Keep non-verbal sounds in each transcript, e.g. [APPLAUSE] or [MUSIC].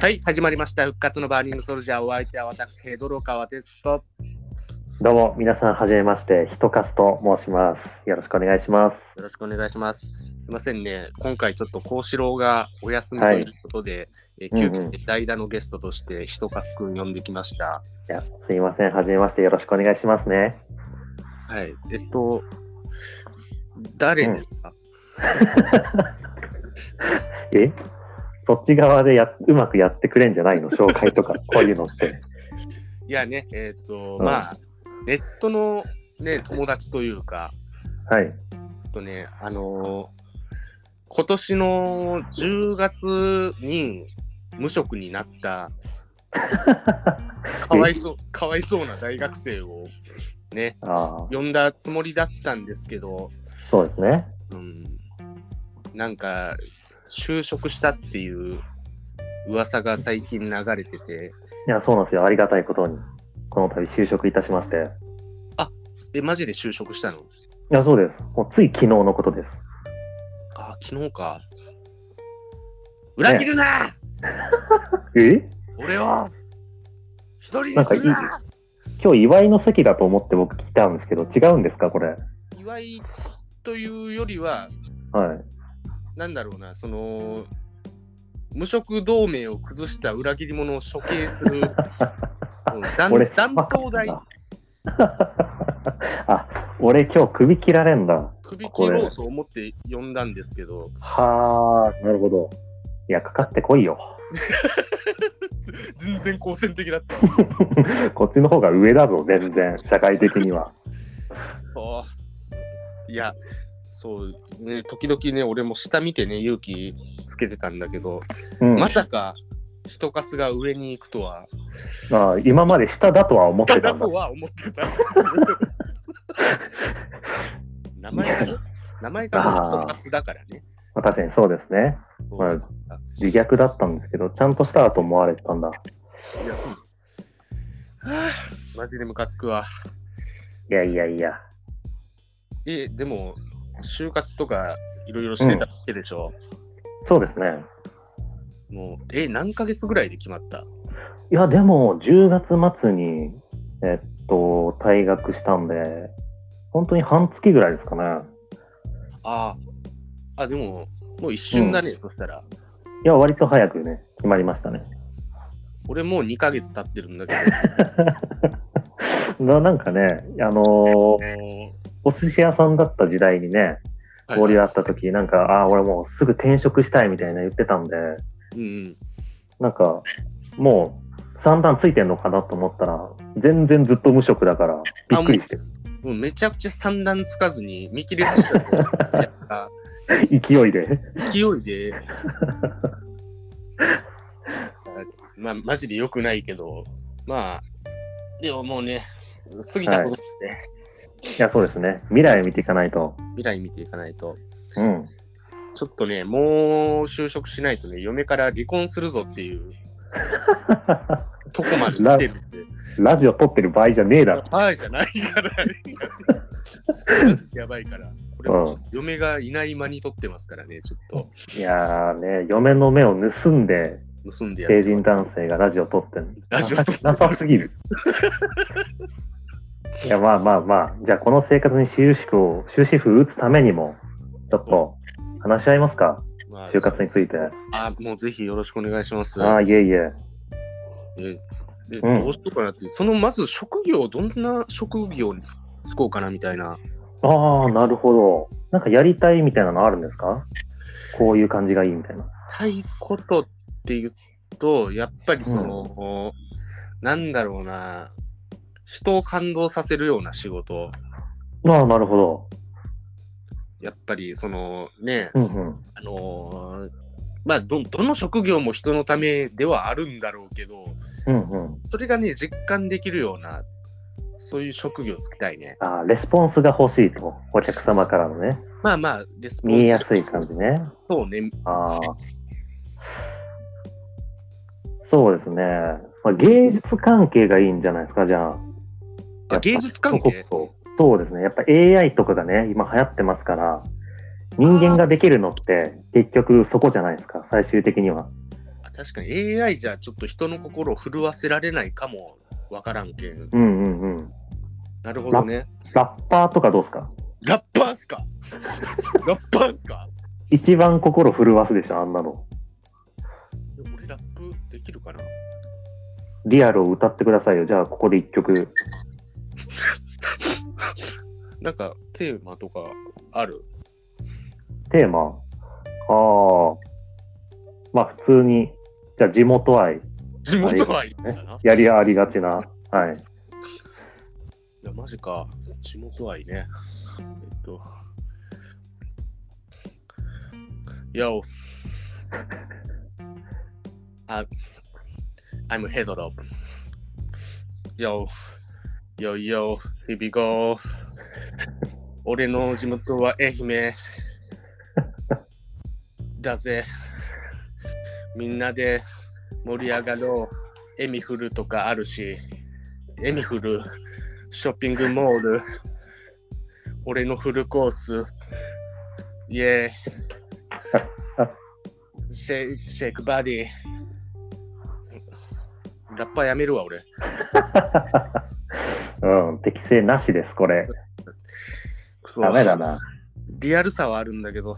はい、始まりました。復活のバーニングソルジャー。お相手は私、ヘドロカワですと。どうも、皆さん、はじめまして、ひとかすと申します。よろしくお願いします。よろしくお願いします。すいませんね。今回ちょっと幸四郎がお休みということで、えー急うんう遽ん代打のゲストとしてひとかすくん呼んできました。いや、すいません、はじめまして、よろしくお願いしますね。はい。えっと、誰ですか、えそっち側でやうまくやってくれんじゃないの紹介 [LAUGHS] とか、こういうのって。いやね、えっと、うんまあ、ネットのね、友達というか、はい。ちょっとね、あのー今年の10月に無職になったかわいそう、かわいそうな大学生をね、ああ、呼んだつもりだったんですけど、そうですね。うん、なんか、就職したっていう噂が最近流れてて、いや、そうなんですよ。ありがたいことに、この度就職いたしまして。え、マジで就職したのいや、そうです。もうつい昨日のことです。あ、昨日か。裏切るな、え俺を一人にするなんな今日祝いの席だと思って僕来たんですけど、違うんですか、これ。祝いというよりは、はい。なんだろうな、その、無職同盟を崩した裏切り者を処刑す [LAUGHS] る、うん断俺断頭台、 [LAUGHS] あ、俺今日首切られんだ。首切ろうと思って呼んだんですけど、はあ、なるほど。いや、かかってこいよ。全然好戦的だった。こっちの方が上だぞ、全然、社会的には。あーいや、そう、ね、時々ね、俺も下見てね、勇気つけてたんだけど、うん、まさか、人かすが上に行くとは、ああ今まで下だとは思ってただんだと。は思って [LAUGHS] た。名前がね、名前がもう人かすだからね。確かにそうですね。そうですか自虐だったんですけど、ちゃんとしたと思われてたんだ。いや、そう。はぁマジでムカつくわ。いやいやいや。え、でも、就活とかいろいろしてたわけでしょ、そうですね。もう、え、何ヶ月ぐらいで決まったいや、でも、10月末に、えっと、退学したんで、本当に半月ぐらいですかね。ああ。あ、でも、もう一瞬だね、そしたら。いや、割と早くね、決まりましたね。俺もう2ヶ月経ってるんだけ [LAUGHS] ななんかね、あのーど。もお寿司屋さんだった時代にね、う交流あった時、なんか、ああー、俺もうすぐ転職したいみたいな言ってたんで、うんなんか、もう、三段ついてんのかなと思ったら、全然ずっと無職だから、びっくりして、うん。もうめちゃくちゃ三段つかずに見切り発車でやった勢いで。勢い [LAUGHS] で。あまあ、マジで良くないけど、まあ、でももうね、過ぎたことで、いや、そうですね。未来を見ていかないと。未来見ていかないと、うん。 [LAUGHS] ちょっとね、もう就職しないとね、嫁から離婚するぞっていうとこまで来てるんで、ラジオ撮ってる場合じゃねえだろ。パーじゃないから、 [LAUGHS] やばいから、これもちょっと嫁がいない間に撮ってますからね、ちょっといやーね、嫁の目を盗んで、盗んでや成る。人男性がラジオ撮ってんラジオ撮ってるなさす [LAUGHS] ぎる。いや、まあまあまあ、じゃあこの生活に終止符を、終止符打つためにも、ちょっと話し合いますか、まあ就活について。あもうぜひよろしくお願いします。ああ、いえいえ。ででうんどうしようかなっていう、そのまず職業、どんな職業につつこうかなみたいな。ああ、なるほど。なんかやりたいみたいなのあるんですかこういう感じがいいみたいな。たいことって言うと、やっぱりその、なんだろうな、人を感動させるような仕事、ああ、なるほど。やっぱりそのね、うんうん。あのーまあど、どの職業も人のためではあるんだろうけど、うんうん。それがね、実感できるような、そういう職業つきたいね。ああ、レスポンスが欲しいと。お客様からのね。まあまあ、レスポンス見えやすい感じね。そうね。ああ。そうですね。まあ、芸術関係がいいんじゃないですか、じゃあ。あ芸術関係そうそうですね。やっぱ AI とかがね、今流行ってますから、人間ができるのって結局そこじゃないですか、最終的には。あ確かに AI じゃちょっと人の心を震わせられないかもわからんけん。うんうんうん。なるほどね。ラッパーとかどうですかラッパーっすか [LAUGHS] ラッパーっすか一番心震わすでしょ、あんなの。いや俺ラップできるかなリアルを歌ってくださいよ。じゃあ、ここで一曲。なんかテーマとかあるテーマ。ああ。まあ、普通に、じゃあ、地元愛、地元愛だな。やりありがちな。はい。いや、マジか。地元愛ね。えっと。いや、お。あ、I'm head up. Yo, yo, yo, here we go. 俺の地元は愛媛。だぜ。みんなで盛り上がろう。エミフルとかあるし。エミフル。ショッピングモール、俺のフルコース、イェー [LAUGHS] イ、シェイシェイクバディ、ラッパーやめるわ、俺。うん、適正なしです、これ。クソダメだな。 [LAUGHS] リアルさはあるんだけど、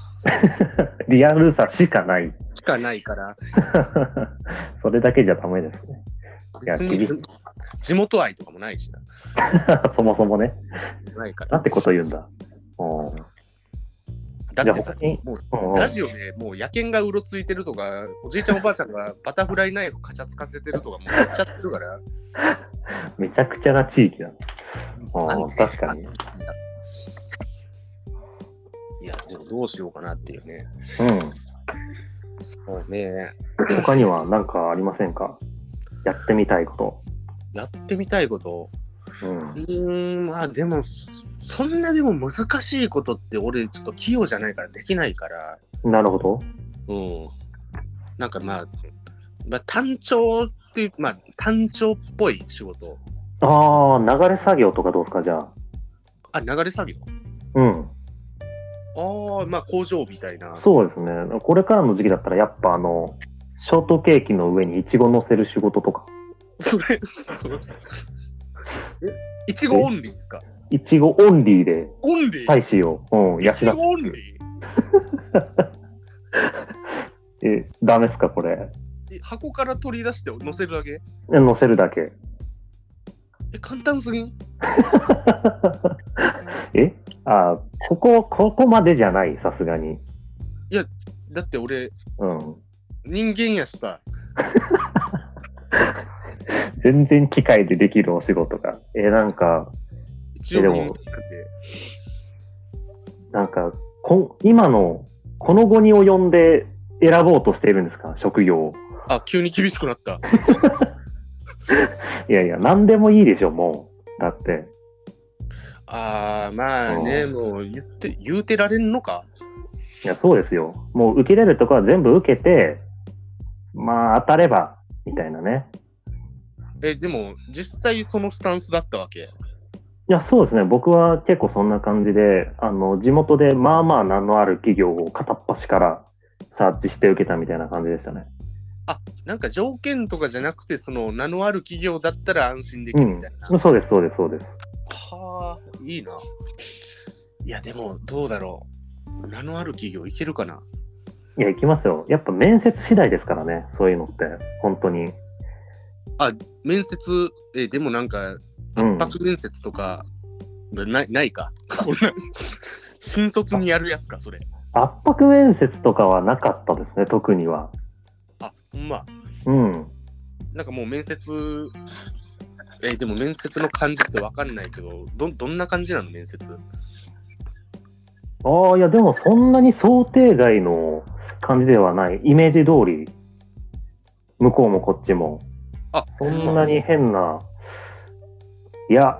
リアルさしかない。 [LAUGHS] しかないから、それだけじゃダメですね。 [LAUGHS] いや別に厳地元愛とかもないしな。そもそもね。ないかならん。てこと言うんだ。うんだってさいや、もうんうう、んラジオでもう野犬がうろついてるとか、おじいちゃんおばあちゃんがバタフライナイフカチャつかせてるとか、もうやっちゃってるから、めちゃくちゃな地域だ。あうんの確かに。いや、でもどうしようかなっていうね。うそうね。ん。他には何かありませんかやってみたいこやってみたいこと。と。うんう。ーん、まあでも、そそんなでも難しいことって俺ちょっと器用じゃないからできないから。なるほど。うん。なんかまあ、まあ、単調っていう、まあ単調っぽい仕事。ああ、流れ作業とかどうですかじゃあ。あ、流れ作業。うん。ああ、まあ工場みたいな。そうですね。これからの時期だったら、やっぱあの、ショートケーキの上にイチゴ乗せる仕事とか。それ、それえ、いちごオンリーですかイチゴオンリーで、オンリー大使を、うん、養いっちごオンて。リえ、ダメですかこれ。ーえ箱から取り出して乗せるだけえ乗せるだけ。え、簡単すぎんえあ、ここ、ここまでじゃない、さすがに。だって俺、うん。人間やしさ。全然機械でできるお仕事が。え、なんか、一応えで人も間なんで。なんか、こ今の、この5人を呼んで選ぼうとしているんですか職業を。あ、急に厳しくなった。いやいや、何でもいいでしょ、もう。だって。ああ、まあね、うんもう言って、言うてられんのかいや、そうですよ。もう受けれるとこは全部受けて、まあ、当たれば、みたいなね。え、でも、実際そのスタンスだったわけ。いや、そうですね。僕は結構そんな感じで、あの、地元でまあまあ名のある企業を片っ端からサーチして受けたみたいな感じでしたね。なんか条件とかじゃなくて、その名のある企業だったら安心できうるみんたいな。。そうです、そうです、そうです。はあ、いいな。いや、でも、どうだろう。名のある企業いけるかないや、行きますよ。やっぱ面接次第ですからね、そういうのって。本当に。面接、え、でもなんか、うん圧迫面接とか、ない、ないか。 [LAUGHS] こんな新卒にやるやつか、それ。圧迫面接とかはなかったですね、特には。あ、ほんま。うん。なんかもう面接、え、でも面接の感じってわかんないけど、ど、どんな感じなの、面接。ああ、いや、でもそんなに想定外の感じではない。イメージ通り、向こうもこっちも。あ、そんなに変な。いや、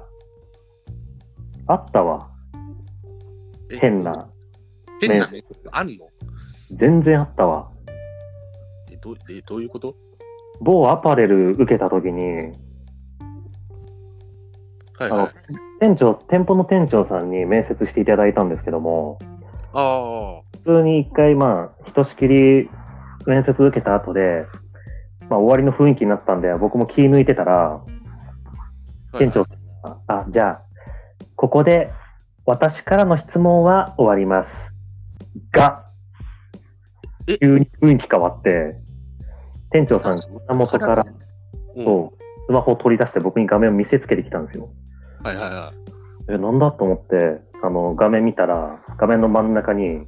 あったわ。え変。な。変な面あんの全然あったわ。え、どう、え、どういうこと某アパレル受けた時に、はいあはのい。店長、店舗の店長さんに面接していただいたんですけども、ああ。普通に一回、まあ、ひとしきり面接受けた後で、まあ、終わりの雰囲気になったんで、僕も気抜いてたら、店長ああ、じゃあ、ここで私からの質問は終わります。がえ、急に雰囲気変わって、店長さんが胸元からうこんうスマホを取り出して僕に画面を見せつけてきたんですよ。はいはいはい。え、なんだと思って、あの、画面見たら、画面の真ん中に、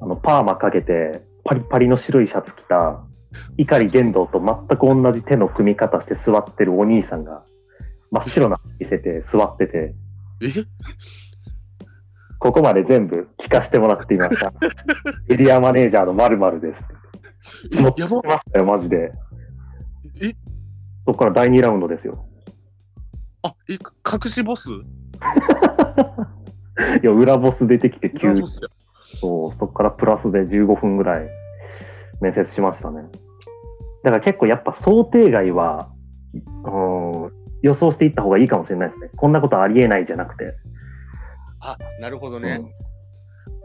あの、パーマかけて、パリパリの白いシャツ着た、碇玄道と全く同じ手の組み方して座ってるお兄さんが、真っ白な見せて座ってて、えここまで全部聞かせてもらってい [LAUGHS] ました。エリアマネージャーの〇〇です。持ってやばましたよ、マジで。えそこから第2ラウンドですよ。 [LAUGHS] あ、え、隠しボスいや、裏ボス出てきて急裏にボ、スやそうそこからプラスで15分ぐらい面接しましたね。だから結構やっぱ想定外は、うん、予想していった方がいいかもしれないですね。こんなことありえないじゃなくて。あ、なるほどうね。ん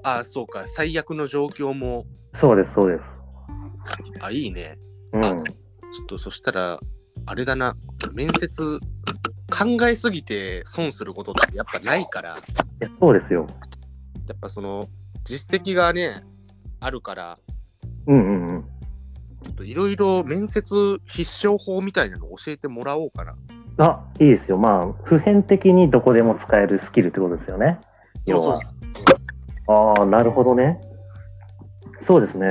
あ、そうか。最悪の状況も、そうです、そうです。あ、いいね。うん、あちょっとそしたら、あれだな。面接、考えすぎて損することってやっぱないから、いやそうですよ。やっぱその、実績がね、あるから、うんうんうん。ちょっといろいろ面接必勝法みたいなの教えてもらおうかな。あ、いいですよ。まあ、普遍的にどこでも使えるスキルってことですよね。要はああ、なるほどね。そうですね。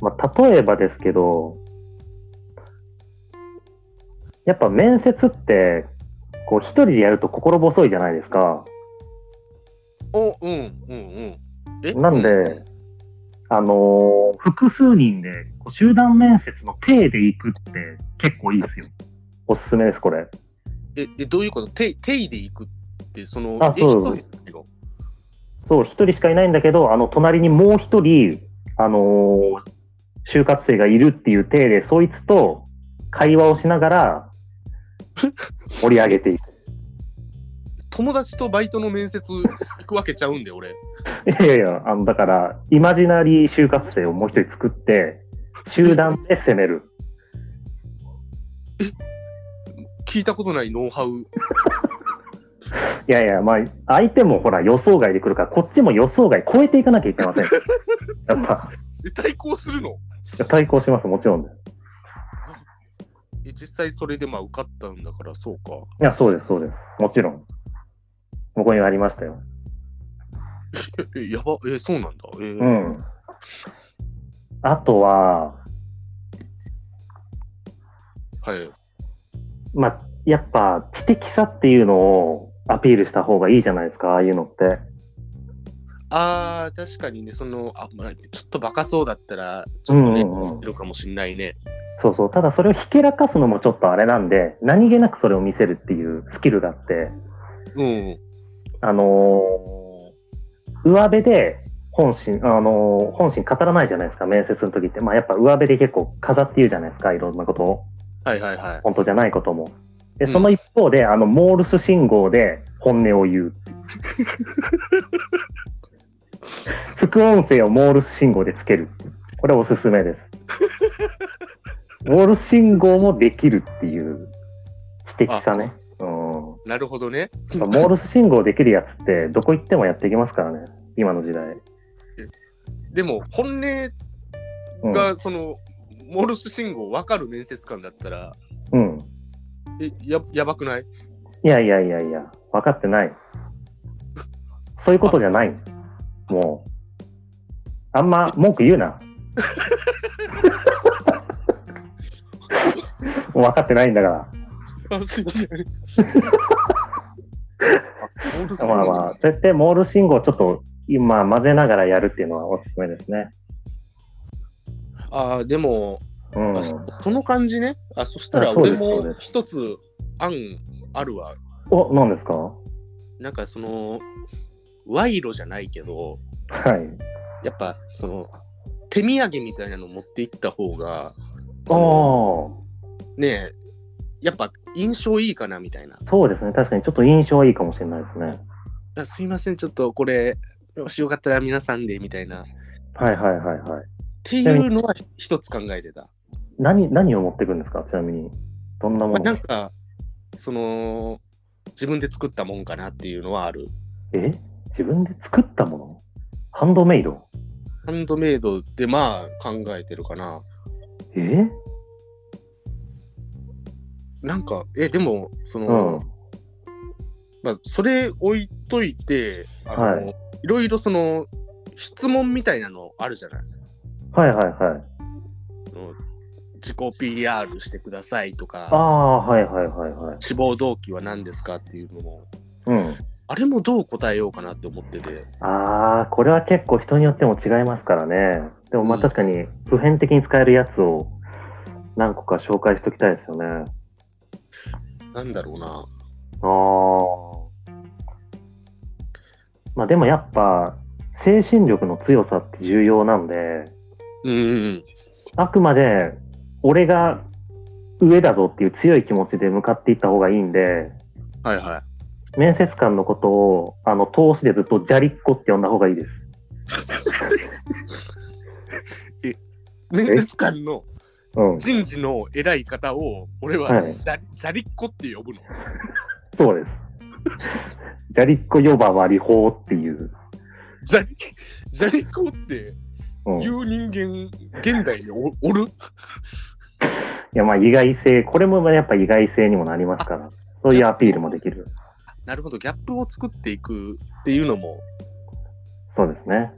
まあ、例えばですけど、やっぱ面接って、こう、一人でやると心細いじゃないですか。お、うん、うん、うん。えなんで、あのー複数人で、こう集団面接の体で行くって結構いいですよ。おすすめです、これ。え、えどういうこと手手入で行くって、その、あえそ一人うですよそう、一人しかいないんだけど、あの、隣にもう一人、あのー就活生がいるっていう体で、そいつと会話をしながら、盛り上げていく。 [LAUGHS] 友達とバイトの面接行くわけちゃうんで、俺。いやいやいや、あの、だから、イマジナリー就活生をもう一人作って、集団で攻める。聞いたことないノウハウ。いやいや、まあ、相手もほら予想外で来るから、こっちも予想外超えていかなきゃいけません。やっぱ、え対抗するの対抗します、もちろん。いえ実際それでまあ受かったんだから、そうか。や、そうです、そうです。もちろん。ここにありましたよ。え、えやば、え、そうなんだ。えーうん。あとは、はい。まあ、やっぱ知的さっていうのをアピールした方がいいじゃないですか、ああいうのって。あー、確かにね、その、あ、まあ、ちょっとバカそうだったら、ちょっとね、うんうんうん言ってるかもしんないね。そうそう。ただそれをひけらかすのもちょっとあれなんで、何気なくそれを見せるっていうスキルがあって、うん。あのー上辺で本心、あのー本心語らないじゃないですか、面接の時って。まあやっぱ上辺で結構飾って言うじゃないですか、いろんなことを。はいはいはい。本当じゃないことも。で、うんその一方で、あの、モールス信号で本音を [LAUGHS] 言う。副音声をモールス信号でつける。これおすすめです。モールス信号もできるっていう知的さね。うん。モなるほどね。ールス信号できるやつって、どこ行ってもやっていきますからね。今の時代。でも、本音うん。が、その、モールス信号分かる面接官だったら、うん、え、ややばくない [LAUGHS] いやいやいやいや、分かってない。そういうことじゃない。もう。あんま文句言うな。 [LAUGHS] もう分かってないんだかあ、すいません。 [LAUGHS] ら。まあまあ、絶対モール信号をちょっと今混ぜながらやるっていうのはおすすめですね。あーでも、うん。あそその感じね。あ、そしたらあそうで俺すも一つ案あるわ。お、何ですかはなんかその、賄賂じゃないけど、い。やっぱその、手土産みたいなの持って行った方が、ああ、そのねえ、やっぱ印象いいかなみたいな。そうですね。確かにちょっと印象はいいかもしれないですね。あすいません、ちょっとこれ、もしよかったら皆さんでみたいな。っはいはいはいはい。ていうのは一つ考えてた。何、何を持ってくんですかちなみに。どんなもまあ、なのんか、その、自分で作ったもんかなっていうのはある。え自分で作ったものハンドメイドハンドメイドでまあ考えてるかな。えなんか、え、でも、そうん。の、はまあ、それ置いといて、あの、、はいろいろその、質問みたいなのあるじゃない。いはいはい。その自己 PR してくださいとあか、あ、はいはいはいはい。志望動機は何ですかっていうのも、うん。あれもどう答えようかなって思ってて、ああ、これは結構人によっても違いますからね。でもまあうん確かに普遍的に使えるやつを何個か紹介しときたいですよね。あなんだろうな。あ。まあでもやっぱ精神力の強さって重要なんで、うんうんうん。あくまで俺が上だぞっていう強い気持ちで向かっていった方がいいんで、はいはい。面接官のことをあの通しでずっとじゃりっこって呼んだ方がいいです。面接官のうん。人事の偉い方を、俺ははいじゃ,、じゃりっこって呼ぶの。そうです。 [LAUGHS] じゃりっこ呼ばわり法っていう。じゃり、じゃりっこってうん、言いう人間、現代におおるやまあ意外性、これもやっぱ意外性にもなりますから、そういうアピールもできる。なるほど、ギャップを作っていくっていうのも、そうですね。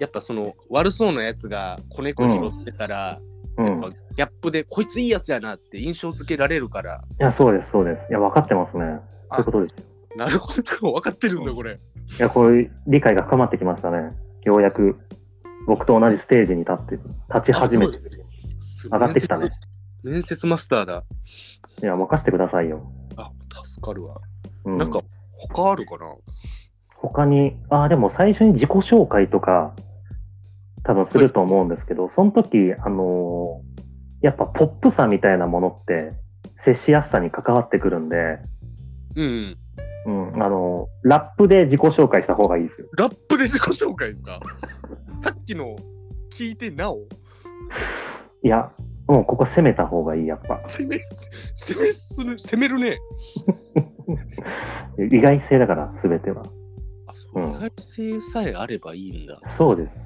やっぱその悪そうなやつが子猫拾ってたら、うやん。っいぱギャップでこいついいやつやなって印象付けられるから、や、そうです、そうです。いや、分かってますね。そういうことです。なるほど、分かってるんだ、これ。いや、こういう理解が深まってきましたね。ようやく、僕と同じステージに立って、立ち始めて。上上がってきたね。面接マスターだ。いや、任せてくださいよ。あ、助かるわ。うなんか、他あるかな他に、ああ、でも最初に自己紹介とか、多分すると思うんですけど、その時、あのーやっぱポップさみたいなものって、接しやすさに関わってくるんで、うんうん。うん、あのーラップで自己紹介した方がいいですよ。ラップで自己紹介ですかさっきの聞いてなおいや、もうここ攻めた方がいい、やっぱ。攻め、攻めする、攻めるね。意外性だから、すべては。あ、そううん意外性さえあればいいんだ。そうです。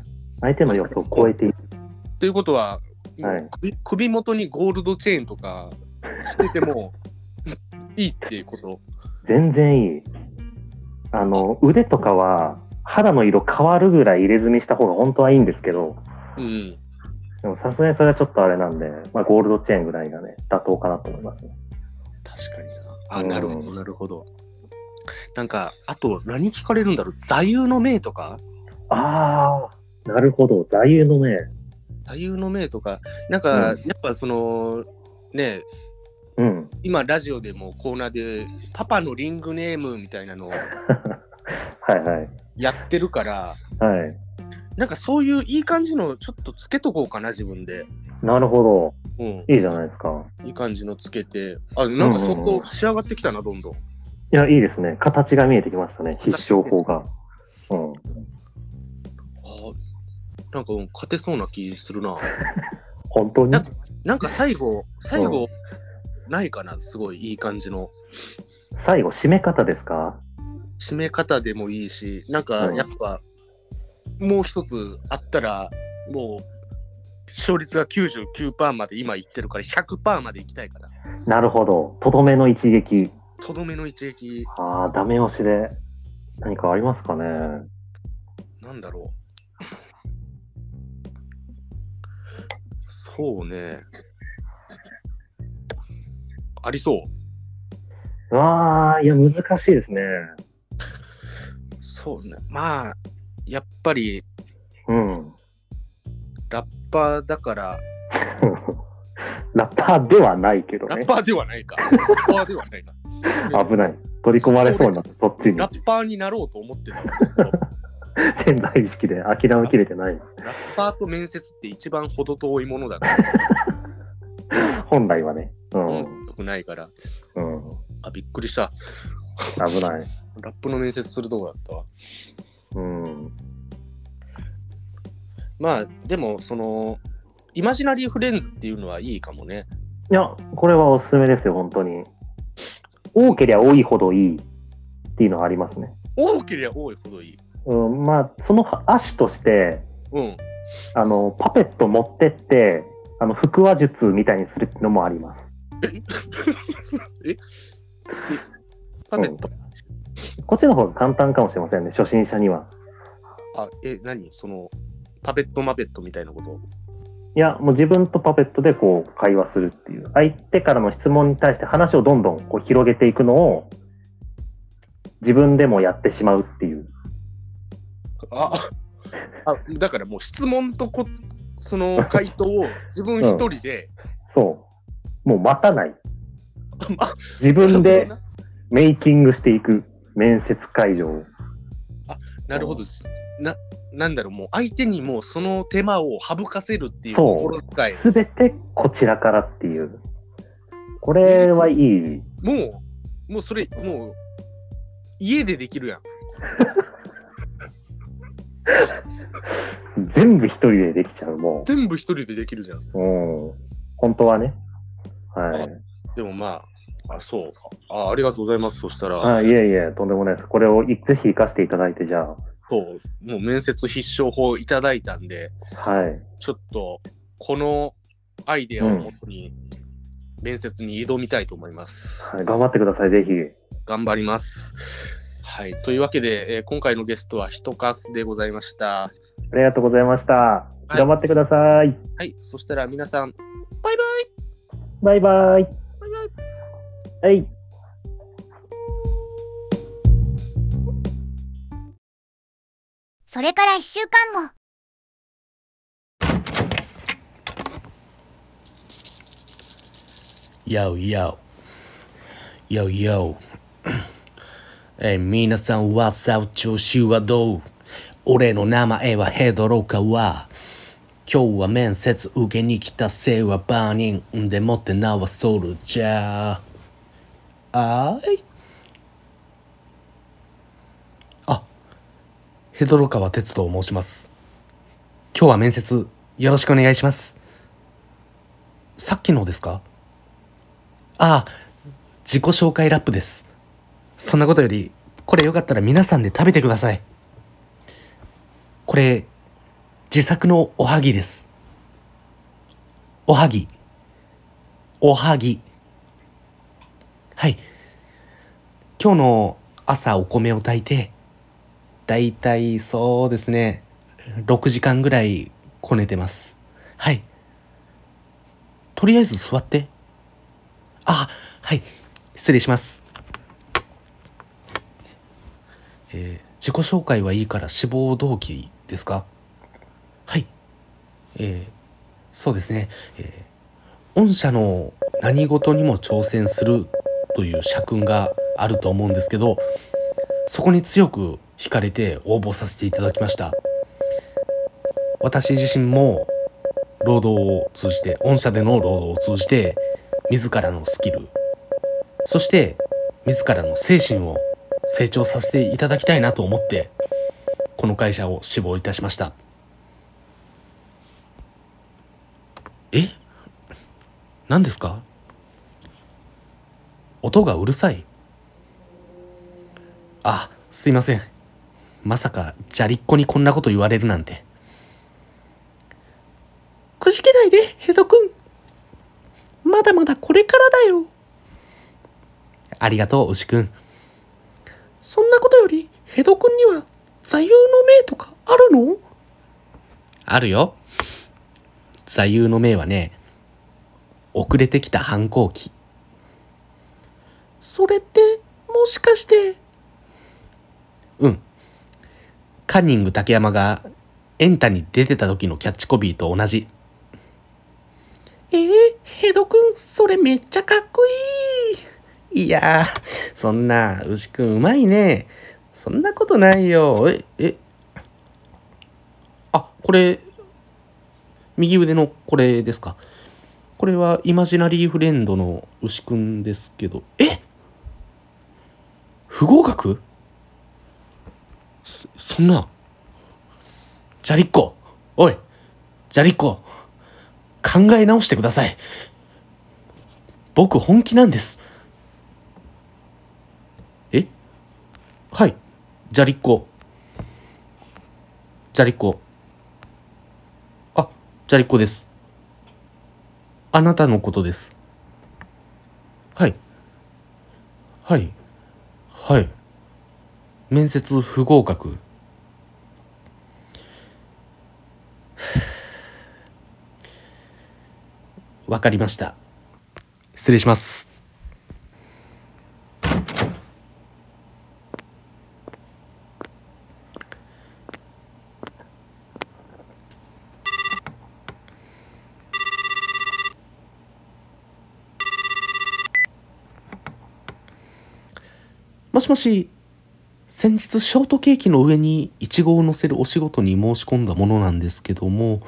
相手の要素を超えていく。ということは、はい首首元にゴールドチェーンとかしてても [LAUGHS] いいっていうこと全然いい。あの、腕とかは、肌の色変わるぐらい入れ墨した方が本当はいいんですけど、うんでもさすがにそれはちょっとあれなんで、まあ、ゴールドチェーンぐらいがね、妥当かなと思いますね。確かになあうんなるほどなるほどなんかあと何聞かれるんだろう座右の銘とかああ、なるほど。座右の銘。座右の銘とかなんか、うんやっぱそのねうん。今ラジオでもコーナーで「パパのリングネーム」みたいなのをはいはい。やってるからはい。なんかそういういい感じのちょっとつけとこうかな自分で、なるほうん、ど。いいじゃないですか。いい感じのつけてあなんかそうんうんうこん仕上がってきたなどんどんいや、いいですね。形が見えてきましたね。必勝法が。うん。あなんか、うん、勝てそうな気するな。本当にななんか最後、最後、ないかな、すごいいい感じの。最後、締め方ですか締め方でもいいし、なんかうんやっぱ、もう一つあったら、もう、勝率が99%まで今いってるから、100%までいきたいから、なるほど。とどめの一撃。とどめの一撃、ああ、ダメ押しで何かありますかね。なんだろう。そうね。ありそう。わあ、いや、難しいですね。そうね。まあ、やっぱり、うん。ラッパーだから、ラッパーではないけどラねッ。パーではない [LAUGHS] か。ラッパーではないな。危ない。取り込まれそうになった、そっちに。ラッパーになろうと思ってたんですけど、潜在意識で諦めきれてない。ラッパーと面接って一番程遠いものだから、本来はね。う。うんん、よくないから。うん。あ、びっくりした。危ない。ラップの面接するとこだったわ。うん。まあ、でも、その、イマジナリーフレンズっていうのはいいかもね。いや、これはおすすめですよ、本当に。多けりゃ多いほどいいっていうのはありますね。多ければ多いほどいい。うん、まあ、その足として、うん。あの、パペット持ってって、あの、腹話術みたいにするのもあります。パペット。こっちの方が簡単かもしれませんね、初心者には。あ、え、何その、パペットマペットみたいなこと。いや、もう自分とパペットでこう、会話するっていう。相手からの質問に対して話をどんどんこう広げていくのを、自分でもやってしまうっていう。あ、あだからもう質問とこ、その回答を自分一人で、そう。もう待た [LAUGHS] ない。あ自分でなメイキングしていく。面接会場を。なるほど。な、なんだろう、もう相手にもうその手間を省かせるっていうそう心遣い。すべてこちらからっていう。これはいい。もう、もうそれ、もう、家でできるやん。全部一人でできちゃう、もう。全部一人でできるじゃん。うん。本当はね。はい。でもまあ、あ、そう。あありがとうございます。そしたら、あいえいえ、とんでもないです。これをいぜひ活かしていただいて、じゃそう、もう面接必勝法いただいたんで、あ。はい。ちょっと、このアイデアをもとに、面接に挑みたいと思います。はい、頑張ってください、ぜひ。頑張ります。はい。というわけで、えー今回のゲストはひとかすでございました。ありがとうございました。い頑張ってください。はい。そしたら皆さん、バイバイバイバイ。はい。それから一週間後。 Yo, yo. Yo, yo. [CLEARS THROAT] えー、皆さん、What's up? 調子はどう俺の名前はヘドロカワ。今日は面接受けに来たせいはバーニングでもってなはソルジャー。あーい。あ、ヘドロカワ哲と申します。今日は面接よろしくお願いします。さっきのですかああ、自己紹介ラップです。そんなことより、これよかったら皆さんで食べてください。これ、自作のおはぎです。おはぎ。おはぎ。はい。今日の朝お米を炊いて、だいたいそうですね、6時間ぐらいこねてます。はい。とりあえず座って。あ、はい。失礼します。えー自己紹介はいいから志望動機ですかはい。えーそうですね。えー御社の何事にも挑戦するという社訓があると思うんですけど、そこに強く惹かれて応募させていただきました。私自身も労働を通じて、御社での労働を通じて、自らのスキルそして自らの精神を成長させていただきたいなと思ってこの会社を志望いたしましたえ何ですか音がうるさいあすいませんまさかじゃりっこにこんなこと言われるなんてくじけないでヘドくんまだまだこれからだよ。ありがとう、牛くん。そんなことより、ヘドくんには座右の銘とかあるのあるよ。座右の銘はね、遅れてきた反抗期。それって、もしかして。うん。カンニング竹山がエンタに出てた時のキャッチコピーと同じ。ええヘドくん、それめっちゃかっこいい。いやー、そんな、牛くんうまいね。そんなことないよ。え、え、これ右腕のこれですかこれはイマジナリーフレンドの牛くんですけどえ不合格そそんなじゃりっこおいじゃりっこ考え直してください僕本気なんですえはいじゃりっこじゃりっこあじゃりっこですあなたのことですはいはいはい面接不合格わかりました失礼しますもしもし先日ショートケーキの上にイチゴを乗せるお仕事に申し込んだものなんですけども